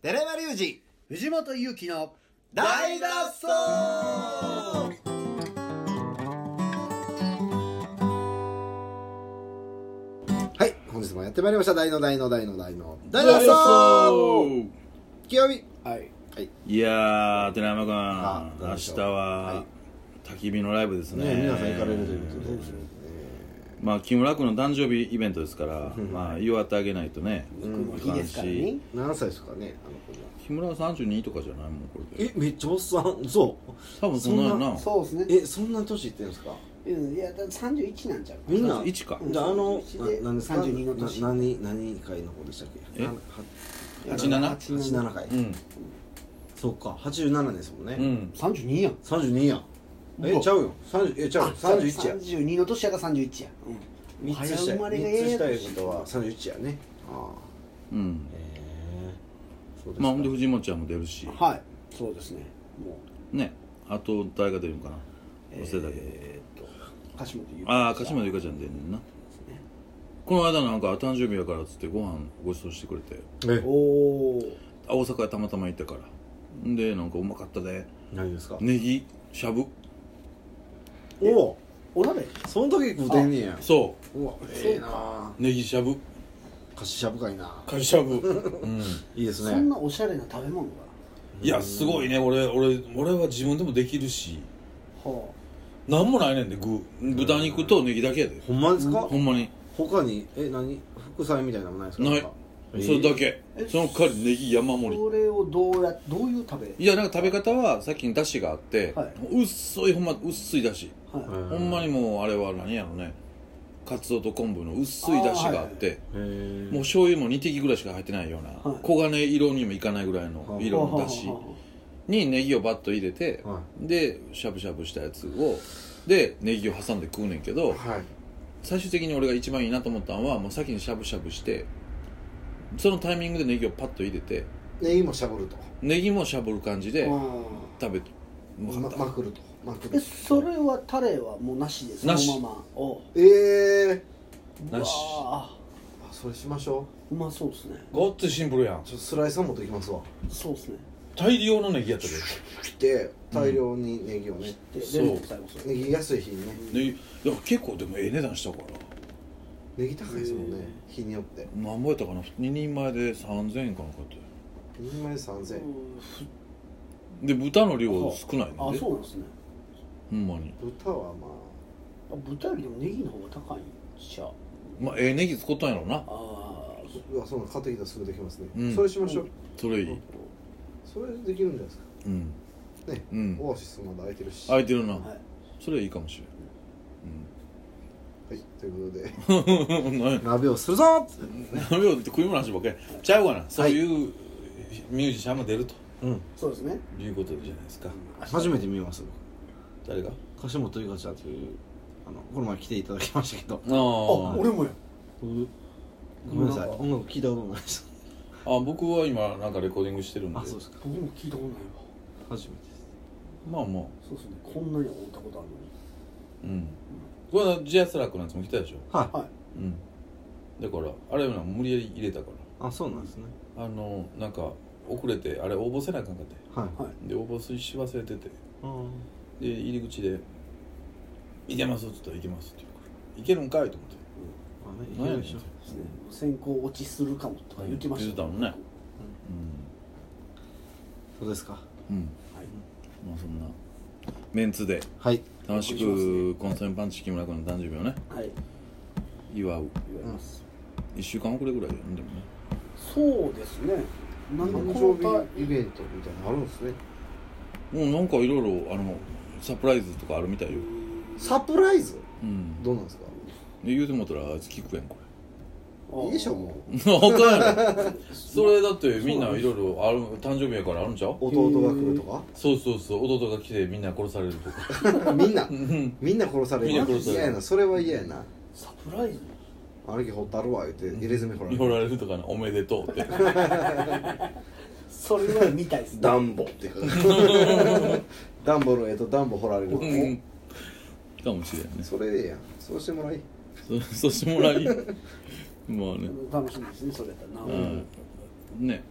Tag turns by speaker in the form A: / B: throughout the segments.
A: 寺山隆二
B: 藤本勇樹の
A: 大脱走はい本日もやってまいりました大の大の大の大の大脱走木曜日
B: はい
A: はい
C: いやー寺山君
A: あどう
C: 明
A: でしょう
C: 日は
A: は
C: 焚き火のライブですね
A: ね皆さん行かれるということで
C: まあ木村君の誕生日イベントですからまあ祝ってあげないとね
B: 僕も日ですからね
A: 何歳ですかねあの子が
C: 木村は32とかじゃないもんこれで
A: えめっちゃおっさんそう
C: 多分そんなよな
B: そうですね
A: えそんな年いってるんですか
B: うんいやだ31なんちゃう
A: みんな
C: 31か
A: じゃああの
B: 31で
A: な何ですか
B: 32の年
A: な何何回の子でしたっけ
C: え
A: は
C: 87
A: 87回
C: うん
A: そうか87ですもんね
C: うん
B: 32やん
A: 32やんえ
B: うわ
A: ちゃうよ30えちゃうよ31や
B: 32の年やから31やうん
A: 3つ下
B: 早生まれが
A: 3つ下
B: や
A: いう
B: やこし
A: ことは31やねああ
C: うん
A: へえそうですか
C: まあほんで藤本ちゃんも出るし
B: はいそうですねもう
C: ねあと誰が出るのかな忘れたけど
B: えーっと鹿島という
C: ああ鹿島由香ちゃん出んねんなこの間なんか誕生日やからっつってご飯ご馳走してくれて
A: え
B: おお
C: あ大阪へたまたま行ったからんでなんかうまかったで
A: 何ですか
C: ネギしゃぶ
A: おお
B: お鍋
A: その時食うてんねや
C: そう
A: わええな
C: うネギしゃぶ
A: 菓子しゃぶかいな
C: かしゃぶ、うん、
A: いいです
B: そ
A: ね
B: んなおしゃれな食べ物が
C: いやすごいね俺俺俺は自分でもできるし
B: は
C: なんもないねんで具豚肉とネギだけやで
A: ほんまですか
C: ほんまに
A: 他にえ何副菜みたいなのないですか
C: ない
A: んかえ
C: それだけ
B: え
C: その代わりネギ山
B: あ
C: 盛り
B: それをどうやどういう食べ
C: いやなんか食べ方はさっきにだしがあって、
B: は
C: 薄いほんま薄いだし
A: え
B: は
A: ー
C: ほんまにもうあれは何やろねかつおと昆布の薄いだしがあって
B: あ
A: へえ
C: もう醤油も2滴ぐらいしか入ってないような、
B: はい
C: 黄金色にもいかないぐらいの
A: はい
B: い
C: 色のだし
B: はあはあは
C: にネギをバッと入れて、
A: は
C: でしゃぶしゃぶしたやつをでネギを挟んで食うねんけど
A: はい
C: 最終的に俺が一番いいなと思ったのはもう先にしゃぶしゃぶしてそのタイミングでネギをパッと入れて
A: ネギもしゃぶると
C: ネギもしゃぶる感じで
B: あ
C: 食べてうまか
A: ま
C: った
A: まくるとまく
B: うんえ
A: る
B: それはタレはもうなしでその
C: なし
B: ままお
A: ええ
C: なし
B: うわあ
A: あそれしましょ
B: うまそうですね
C: ごっついシンプルやん
A: うちょっとスライサー持ってきますわ
B: そうですね
C: 大量のネギやったで
A: 来て大量にネギをね、
B: で
C: そう
B: レモンございます
A: ネギ安い日にね
C: ネギいや結構でもええ値段したから
A: ネギ高いですもんね日によって
C: 何ぼやったかな2人前で3000円かなかったよ
A: 2人前3000円
C: で豚の量少ないねん
B: あ
C: で
B: そうなんですね
C: ほんまに
A: 豚はま
B: あ豚よりでもネギの方が高いんちゃう
C: まあええネギ使ったんやろな
B: ああ
A: あうわそんな買ってきたらすぐできますね、
C: うん
A: それしましょう、
C: それいい
A: それできるんじゃないですか
C: うん
A: ね
C: うん
A: オアシスまだ空いてるし
C: 空いてるな、
B: はい
C: それいいかもし
A: はい、ということで
C: れん、 うん、何
A: 鍋をするぞ
C: 何秒って食い物の話ばっかりちゃうわなそういうミュージシャンも出ると
A: うん
B: そうですね
C: いうことじゃないですか
A: 初めて見ます
C: 誰があ
A: 樫本ゆかちゃんというあのこの前来ていただきましたけど
B: あ
C: あ
B: 俺もや
A: ごめんなさい音楽聞いたことないです
C: あ僕は今なんかレコーディングしてるんで
A: あそうですか
B: 僕も聞いたことないわ
A: 初めてです
C: まあまあ
B: そうですねこんなに思ったことあるのに
C: うんこれはジアスラックのやつも来たでしょ
A: はい
B: はい
C: うんだからあれはな無理やり入れたか
A: あそうなんですね
C: らあのなんか遅れてあれ応募せなあかんかって
A: はい
B: はい
C: で応募し忘れてて
A: うん
C: で入り口で「行けます」って言ったら「行けます」って言うから「行けるんかい」と思って「
A: あねいける
C: ん
A: でしょ
B: ですね先行落ちするかもとか言ってました
C: 言ってたもんね
A: そうですか
C: うん、うん、まあそんなメンツで
A: はい
C: 楽しくコンソメパンチ木村君の誕生日をね
B: はい
C: 祝う
B: 言われます
C: 1週間遅れぐらいだよねでもね
B: そうですねなんか
A: 誕
B: この
A: 生日イベントみたいなのあるんですね
C: もうなんかいろいろあのサプライズとかあるみたいよ
A: サプライズ
C: うんで
A: どうなんですか
C: 言うてもうたらあいつ聞くやんこ
A: いいでしょもう
C: れあかんやろそれだってみんないろいろある誕生日やからあるんちゃう
A: 弟が来るとか
C: そうそうそう弟が来てみんな殺されるとか
A: みんな
C: うん
A: みんな殺される
C: みんな殺される
A: 嫌やなそれは嫌やな
B: サプライズ
A: 歩きほったるわ言って入れ墨ほられ
C: お
A: る
C: られるとかなおめでとう って
B: それは見たいですね
A: ダンボって書いてあるダンボの絵とダンボ掘られる
C: うんかもしれんね
A: それでええやんそうしてもらい
C: そそしてもらいまあね
B: 楽しみですねそれやったらな
C: うんね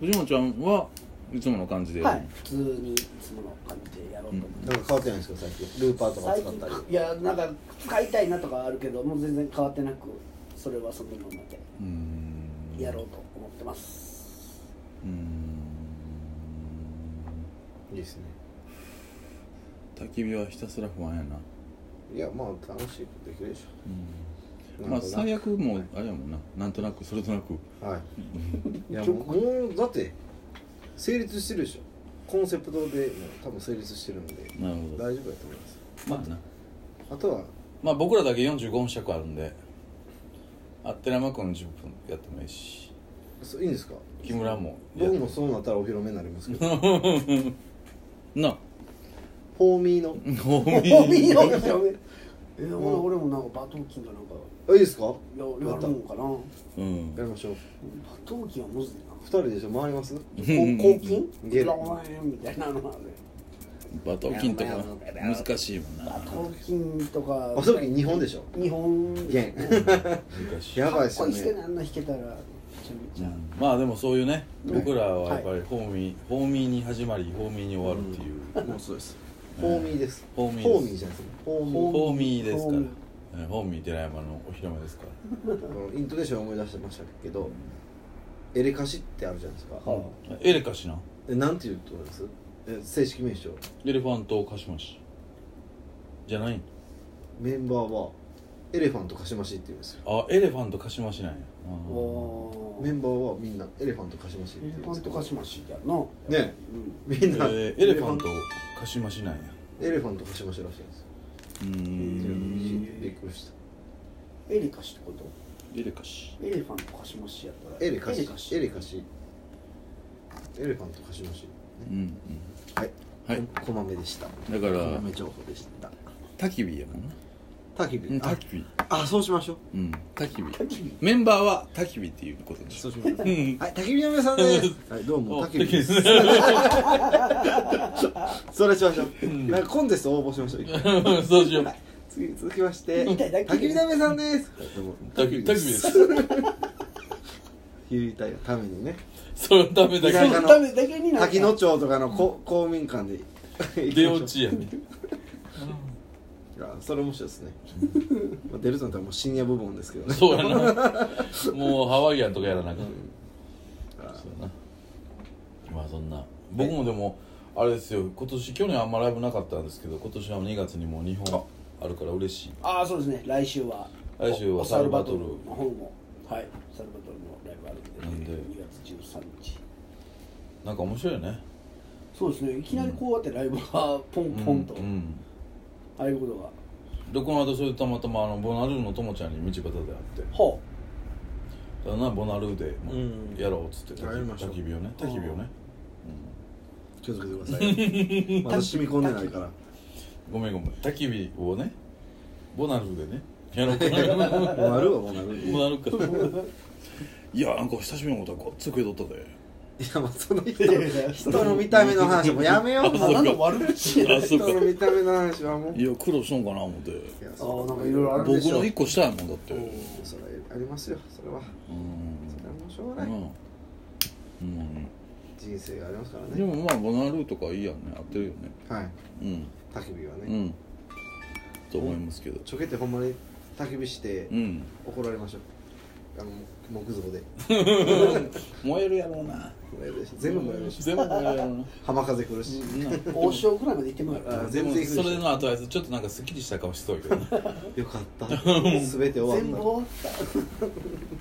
C: 藤本ちゃんはいつもの感じで、
B: はい普通にいつもの感じでやろうと思って、
A: なんか変わってないんですか最近ルーパーとか
B: 最
A: 使ったり
B: 近いやなんか使いたいなとかはあるけどもう全然変わってなくそれはそのま
C: う
B: ま
C: ーん
B: でやろうと思ってます
C: うーん
A: いいですね
C: 焚き火はひたすら不安やな、
A: いやまあ楽しいことできるでしょ
C: まあ最
A: 悪
C: 悪もうあれやもんななんとなくそれとなく
A: はいいやもうもうだって成立してるでしょコンセプトでもう多分成立してるんで
C: なるほど
A: 大丈夫だと思います
C: まあな
A: あとは
C: まあ僕らだけ45分尺あるんであっ寺山君10分やってもいいし
A: そういいんですか
C: 木村もやっ
A: 僕もそうなったらお披露目になりますけど
C: な
A: フォーミーの
C: お
B: お
C: み
B: みよみよえーほら
A: うん
B: 俺もなんかバトンキンがなんか
A: あいいですかや
B: ややるもんかなバ
C: うん
A: りましょう
B: トンキンはむずいな
A: 二人でしょ回ります
C: うん
B: こう筋
A: ゲル
B: ラーメンみたいなのがある
C: バトキンとか難しいもんな
B: バトンキンとか
A: あその時日本でしょ
B: 日本
A: 弦
C: 難しい
A: やばいっす
B: こ
A: よ
B: いして
A: ね
B: ねあんな弾けたらめちゃめちゃ
C: まあでもそういうね
A: はい
C: 僕らはやっぱりホーミーホーミーに始まりホーミーに終わるっていう
D: もうそうです
A: フォーミーです
C: ホー
A: フ
C: ミ
A: ォ
C: ー
A: ーミ
C: で
A: ー
C: す
A: じゃないですかフォーミー
C: ホーミーですから
B: ホーミ
C: えーホーミー寺山のお披露目ですから
A: イントネーション思い出してましたけどエレカシってあるじゃないですか、
C: エレカシな
A: えなんていうと思いますえ正式名称
C: エレファントカシマシじゃない
A: メンバーはエレファントカシマシって言うんですよ
C: あエレファントカシマシなんやあー
B: お
A: メンバーはみんなエレファントカシマシって
B: エ
A: 言うん
B: レ
A: です
B: ファン
A: け
B: ト
A: ど
B: カシマシやなね
A: ね
B: うん
A: みんな、
C: えーエレファントカシマシなんや
A: エレファントカシマシらしいんですよ
C: うーん
A: びっくりした
B: エリカシってこと
C: エレカシ
B: エレファントカシマシやったら
A: エレカシエ
B: エ
A: レ
B: レ
A: カシエレファントカシマシ
C: うんうん
A: はい
C: はい
A: こまめでした
C: だか
A: こま
C: ら
A: め情報でした
C: 焚き火やもんな
A: 焚き
C: うん
A: 火
C: 焚き火
A: ああそうしましょう
C: うん焚き火
B: カシ
C: メンバーは焚き火っていうことでし
A: そ
C: ょ
A: うしましょう
C: うん
A: はい、焚き火の皆さん です。はい、どうも、
C: お
A: 焚き火です。それしましょう。なんかコンテスト応募しましょう 一回。
C: そうしよう
A: 次、続きまして、
B: 痛い痛い
A: 焚き火の皆さんです。はいどうも、
C: 焚き火焚き火です。
A: 火たいがためにね、
C: そのためだ
A: なん
C: け
A: か
B: そのためだけになん
A: 滝
B: か
A: 野町とかのこ公民館で
C: 出落
A: ち。
C: ちやね
A: あそれ面白い ですね。まあ、出るとなったらもう深夜部門です けどね。
C: そうやなもうハワイアンとかやらなあかん
A: あ
C: そうやなまあそんな僕もでもあれですよ今年去年あんまライブなかったんですけど今年は2月にもう2本あるから嬉しい
B: ああそうですね来週は
C: 来週は
B: おサルバトルの方もはいサルバトルのライブあ
C: な
B: る
C: ん
B: んで
C: で
B: 2月13日
C: なんか面白いよね
B: そうですねいきなりこうやってライブがポンポンと
C: うんうん
B: ああいうことが
C: でこの間それでたまたまあのボナルーのともちゃんに道端で会って
B: ほ
C: だからなボナルーで
A: うん
C: やろうっつって
A: やりましょう
C: 焚き火をね焚き火をね
A: 気をつけてくださいよ。まだ染み込んでないから。
C: ごめんごめん焚き火をねボナルーでねやろうかな
A: もうなるわ、もう なる。
C: ボナルーかいやなんか久しぶりのことはごっつ食いとったで
A: いや、もうその人の、人の見た目の話もうや めよう。
B: うなんか悪口や
C: あそ
A: 人
C: うか
A: の見た目の話はもう。
C: いや苦労しとんかな思って
A: いや
B: あーなんかいろいろある
C: 僕
A: でしょ
C: の一個したいもんだって
A: それありますよそれ
C: う
A: は
C: ん
A: それはもうしょう
C: う
A: がない
C: んうん
A: 人生がありますから
C: で
A: ね
C: もまあボナルーとかいいやんね合ってるよね
A: はい
C: うん
A: 焚き火は
C: う
A: ね
C: んと思いますけど
A: ちょけてほんまに焚き火して
C: うん
A: 怒られましょうあの木造で
C: 燃えるやろうな
A: 燃えるし全部燃えるし
C: 全部燃えるやろうな
A: 浜風来るし
B: 王将ぐらいまで行ってもらった
A: あ
B: ら
A: 全然行くでし
C: そ
A: ょ
C: れの後はちょっとなんかすっきりした顔しそうやけどね
A: よか った全て終
B: 全部
A: わっ
B: 終わった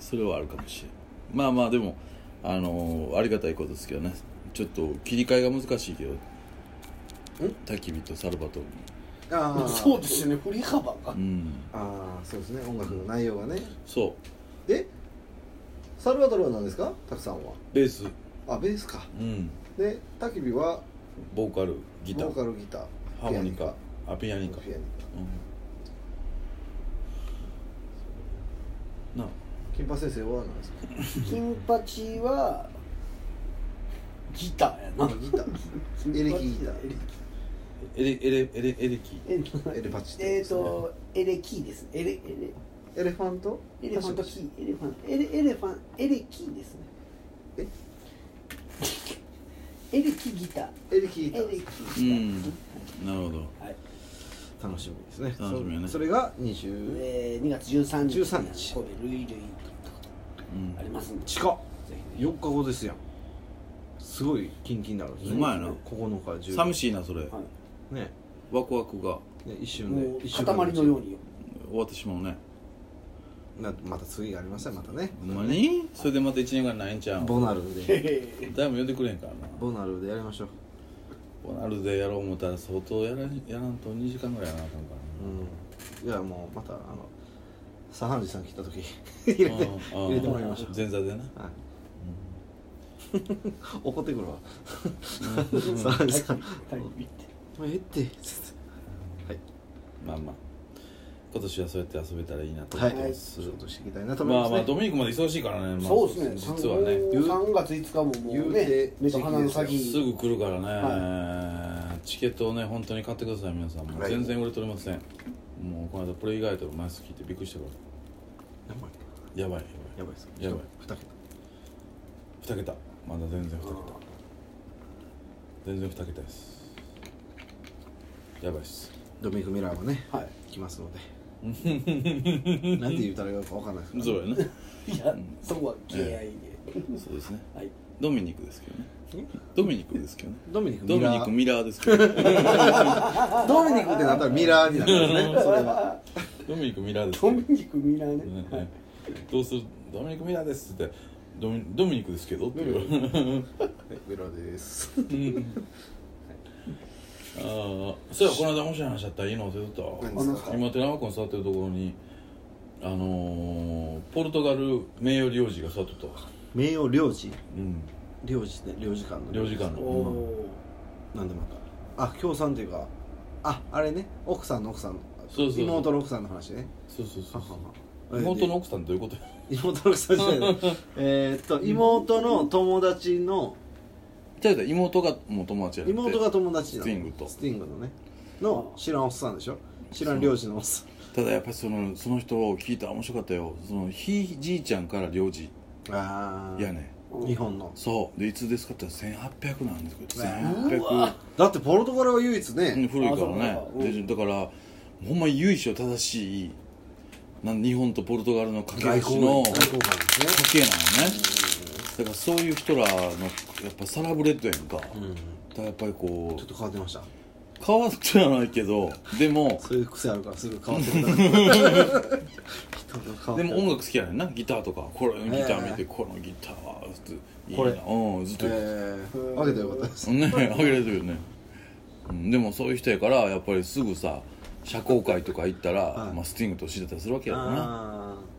C: それはあるかもしれんまあまあでもあのーありがたいことですけどねちょっと切り替えが難しいけど焚き火とサルバトル
A: たああ
B: そうですよね振り幅が
C: うん
A: ああそうですね音楽の内容がね
C: そ
A: でサルバトルは何ですかたくさんは
C: うベース
A: あベースか
C: うん
A: で焚き火は
C: ボーカルギタ
A: ボーカ
C: ー
A: ルギター
C: ハーモニカあピア
A: ピア
C: ニ
A: ニ
C: カ
A: カピアニカ
C: うんなあ
A: 金八先生は何ですか
B: 金八はギターやな
A: あギターエレキギター
C: エレエレエレエレキ
B: え
A: エレパチ
B: えーとエレキーですエレエレ
A: エレファント
B: エレファントキーエレファンエレエレファンエレキーですね
A: え
B: エレキギター
A: エレキギ
B: エ
A: ター
B: レキギターですね
C: なるほど
B: はい、
A: 楽しみですね
C: 楽しみやね
A: そそれが20
B: えー、2月13日
A: 13日
B: 神戸ルイル
C: う
B: イ
C: ん
B: ありますんで
A: 近っ
B: ぜひ
A: 4日後ですやんすごいキンキンになるんですね
C: ほんまやな
A: 9日10
C: 寂しいなそれ
B: は
A: ね
C: ワクワクが
A: ね一
B: い、
A: 瞬で
B: もう
A: 一
B: 塊
A: 週間
B: のようによ
C: 終わってしまうね
A: なまた次がありましたねまたね
C: ほんまにそれでまた1年間ないんちゃうん
A: ボナル
B: へ
A: で
B: へ
C: 誰も呼んでくれへんからな
A: ボナルでやりましょう
C: ボナルでやろう思ったら相当やらんやらんと2時間ぐらいやらなあかんか
A: うんいやもうまたあのサハンジさん来た時入れ
C: ら
A: て
C: なああああ
A: 入れてもらいましょ
C: 前座でな
A: う、はい怒ってくるわサハンジさん
B: タイプ行って
A: 「もうええって」つってはい
C: まあまあ今年はそうやって遊べたらいいなと思
A: は
C: ってま
A: い、
C: す、
A: 仕事していきたいなと思い
C: ま
A: ま
C: あ
A: す、
C: まあ
A: ね
C: ドミニクまで忙しいからね、まあ、
B: そうですね
C: 実はね
A: 言う
B: 3月5日ももう
A: 言う
B: ね
A: て
B: 目と鼻の先
C: すぐ来るからね、チケットをね本当に買ってください皆さんもう
A: はい
C: 全然売れとりません、もうこの間プレイガイドの枚数聞いてびっくりしたか
A: やばい
C: らやばいやばい
A: やばいです
C: やばい
A: 2桁
C: 2桁まだ全然2桁全然2桁ですやばいっす
A: ドミニク・ミラーもね
B: は
A: 来ま すのでなんて言うたらいいか分かんないですから
C: そうやね
B: いいやそこは敬愛で、
C: そうですね
B: はい
C: ドミニクですけどね
A: え
C: ドミニクですけどね
A: ドミニク・
C: ド
A: ミ
C: ミ
A: ラ
C: ニク
A: ー
C: ミラーですけどね
A: ドミニクってなったらミラーになるんですねそれは
C: ドミニクミラーですけ
B: ド
C: ど
B: ミニクミラーね、
C: ね
B: はい、
C: どうするドミニク・ミラーですってドミドミニクですけどって言われる
A: はいミラーです
C: ああそうやこの間面白い話あったらいいの忘れとっ
A: 何
C: た
A: で
B: あ
A: す
B: の
A: か
C: 今寺山君座ってるところにあのー、ポルトガル名誉領事が座っとったわ
A: 名誉領事
C: うん
A: 領事ね領事館の
C: 領事館の
B: お
C: うん
B: お
A: なんでまたあ協賛というかああれね奥さんの奥さんの
C: そうそうそう
A: 妹の奥さんの話ね
C: そうそうそうそう
A: えー
C: 妹の奥さんどういうことや
A: 妹の奥さんじゃ ないえーっと妹の友達の
C: 違う違う妹がもう友達やって
A: 妹が友達な
C: ス
A: の
C: ティングと
A: スティングのねの知らんおっさんでしょ知らん領事のおっさ
C: ただやっぱりそのその人を聞いたら面白かったよそのひいじいちゃんから領事
A: んああ
C: やね
A: 日本の
C: そうでいつですかって言ったら1800なんですけど
B: う
C: 1800
B: わ
A: だってポルトガルは唯一
C: うん
A: ね
C: 古いから
B: あ
C: ね
B: そうかう
C: でだからほんま由緒正しいなん日本とポルトガルの架け
A: 外
C: 橋
A: 交
C: の
A: 官
C: 家
A: 外交官ですね
C: 系なんよねだからそういう人らのやっぱサラブレッドやんかだか
A: うん
C: らやっぱりこ
A: ちょっと変わってました
C: う変わってはないけどでも
A: そういう癖あるからすぐ変わって くる人の顔
C: でも音楽好きやねんなギターとかこれのギター見て
A: え
C: このギターはずっといいな
A: これ
C: うんずっと
A: えー、あげてよかったです
C: ねあげられてるよね、うん、でもそういう人やからやっぱりすぐさ社交界とか行ったら、
A: い
C: まあ、スティングと知れたりするわけやからな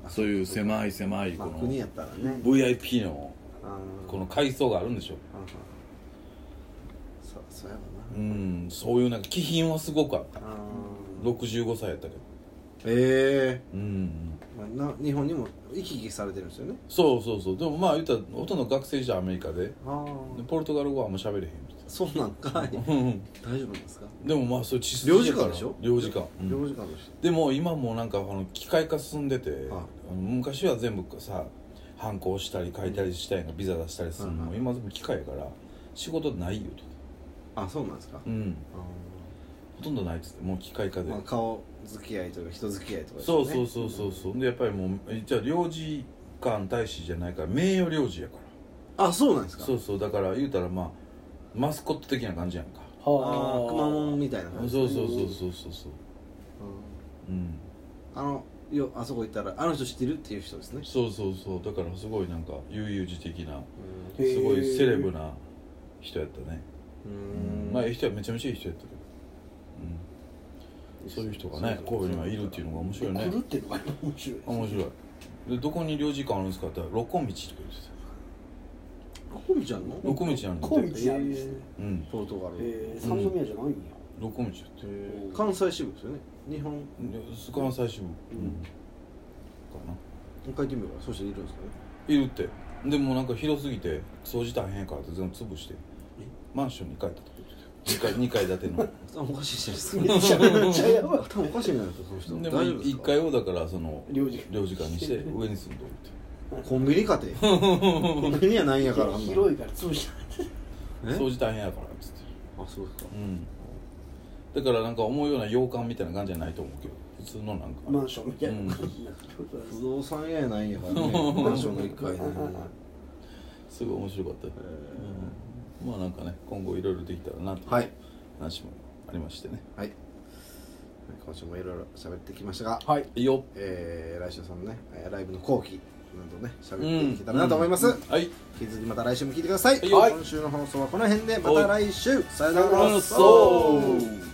A: あー
C: そういう狭い狭い
A: ま
C: こ
A: あ
C: の
A: 国やったらね
C: VIP の
A: あー
C: この階層があるんでしょ
A: うんうんそうそうやろ
C: う
A: な、
C: んそういうなんか気品はすごくあった
A: あー
C: 65歳やったけど
A: え
C: うん
A: えまあ、な日本にも行き来されてるんですよね
C: そうそうそうでもまあ言ったらほとんど学生じゃんアメリカで
A: あ
C: でポルトガル語はあんま喋れへん
A: そうなんかい
C: み
A: 大丈夫なんですか
C: でもまあそういう
A: 領事館でしょ
C: 領事館、うん
A: 領事館の人
C: でも今もなんかあの機械化進んでて、
A: は
C: あの昔は全部さ反抗したり書いたりしたいがビザ出したりするのも、
A: うんうん
C: 今全部機械やから仕事ないよと、
A: あそうなんですか、
C: うん、
A: あ
C: ほとんどないっつってもう機械化
A: ー
C: で、
A: まあ、顔付き合いというか人付き合いとかです
C: そ
A: よ
C: う
A: ね
C: そうそうそうそうでやっぱりもうじゃあ領事館大使じゃないから名誉領事やか
A: あそうなんです
C: ら
A: か
C: そうそうだから言うたらまあマスコット的な感じやんか
A: ああくまモンみたいな感じ
C: そうそうそうそうそうそうう
A: う
C: ん
A: んあのよあそこ行ったらあの人知ってるっていう人ですね
C: そうそうそうだからすごいなんか悠々自適な
A: う
B: へー
C: すごいセレブな人やったね
A: ん
C: まあいい人はめちゃめちゃいい人やったけど、うん、そういう人がね神戸にはいるっていうのが面白い
B: 来
C: ね
B: るっていうのが面白いですね
C: 面白いでどこに領事館あるんですかって言ったら六本道とか言って
A: コミちゃんの
C: た六本道ある
B: こ
C: ん
B: う
C: だっ
B: 道
C: て
B: なんですね
C: うん
A: ポルトガル
B: えー、三宮じゃないんや、
C: 六本道やって
A: えー関西支部ですよね日本も
C: 関西支部、
B: う
C: うんん、かな
A: う一回行ってみようかそうしているんですかね
C: いるってでもなんか広すぎて掃除大変やからって全部潰してマンションに帰ったとか言ってたよ2階二階建ての
A: 頭おかしいじゃない
B: め
A: です
B: ち ゃめちゃやばい
A: か頭おかしいんじゃない ですかその人
C: で
A: 大
C: も
A: 丈夫です
C: 1
A: か
C: 階をだからその
B: 領事
C: 領事館にして上に住んどるって
A: コンビニかてコンビニやないんやからあんな
B: 広いから潰した
A: え
C: 掃除大変やからっつって
A: あそうですか
C: うんだからなんか思うような洋館みたいな感じじゃないと思うけど普通のなんか
B: マンションみたいな感じになってる
A: 不動産屋やないんやからねマンションの1階ね
C: すごい面白かったよ、うんまあなんかね今後いろいろできたらなと
A: はい
C: 話もありましてね
A: はい今週もいろいろ喋ってきましたが、
B: はい
C: いいよ
A: えー、来週さんのねえーライブの後期などね喋っていけたらなと思います、
C: うんはい
A: 引き続きまた来週も聞いてください、
C: はい
A: 今週の放送はこの辺でまた来週さよなら
C: そう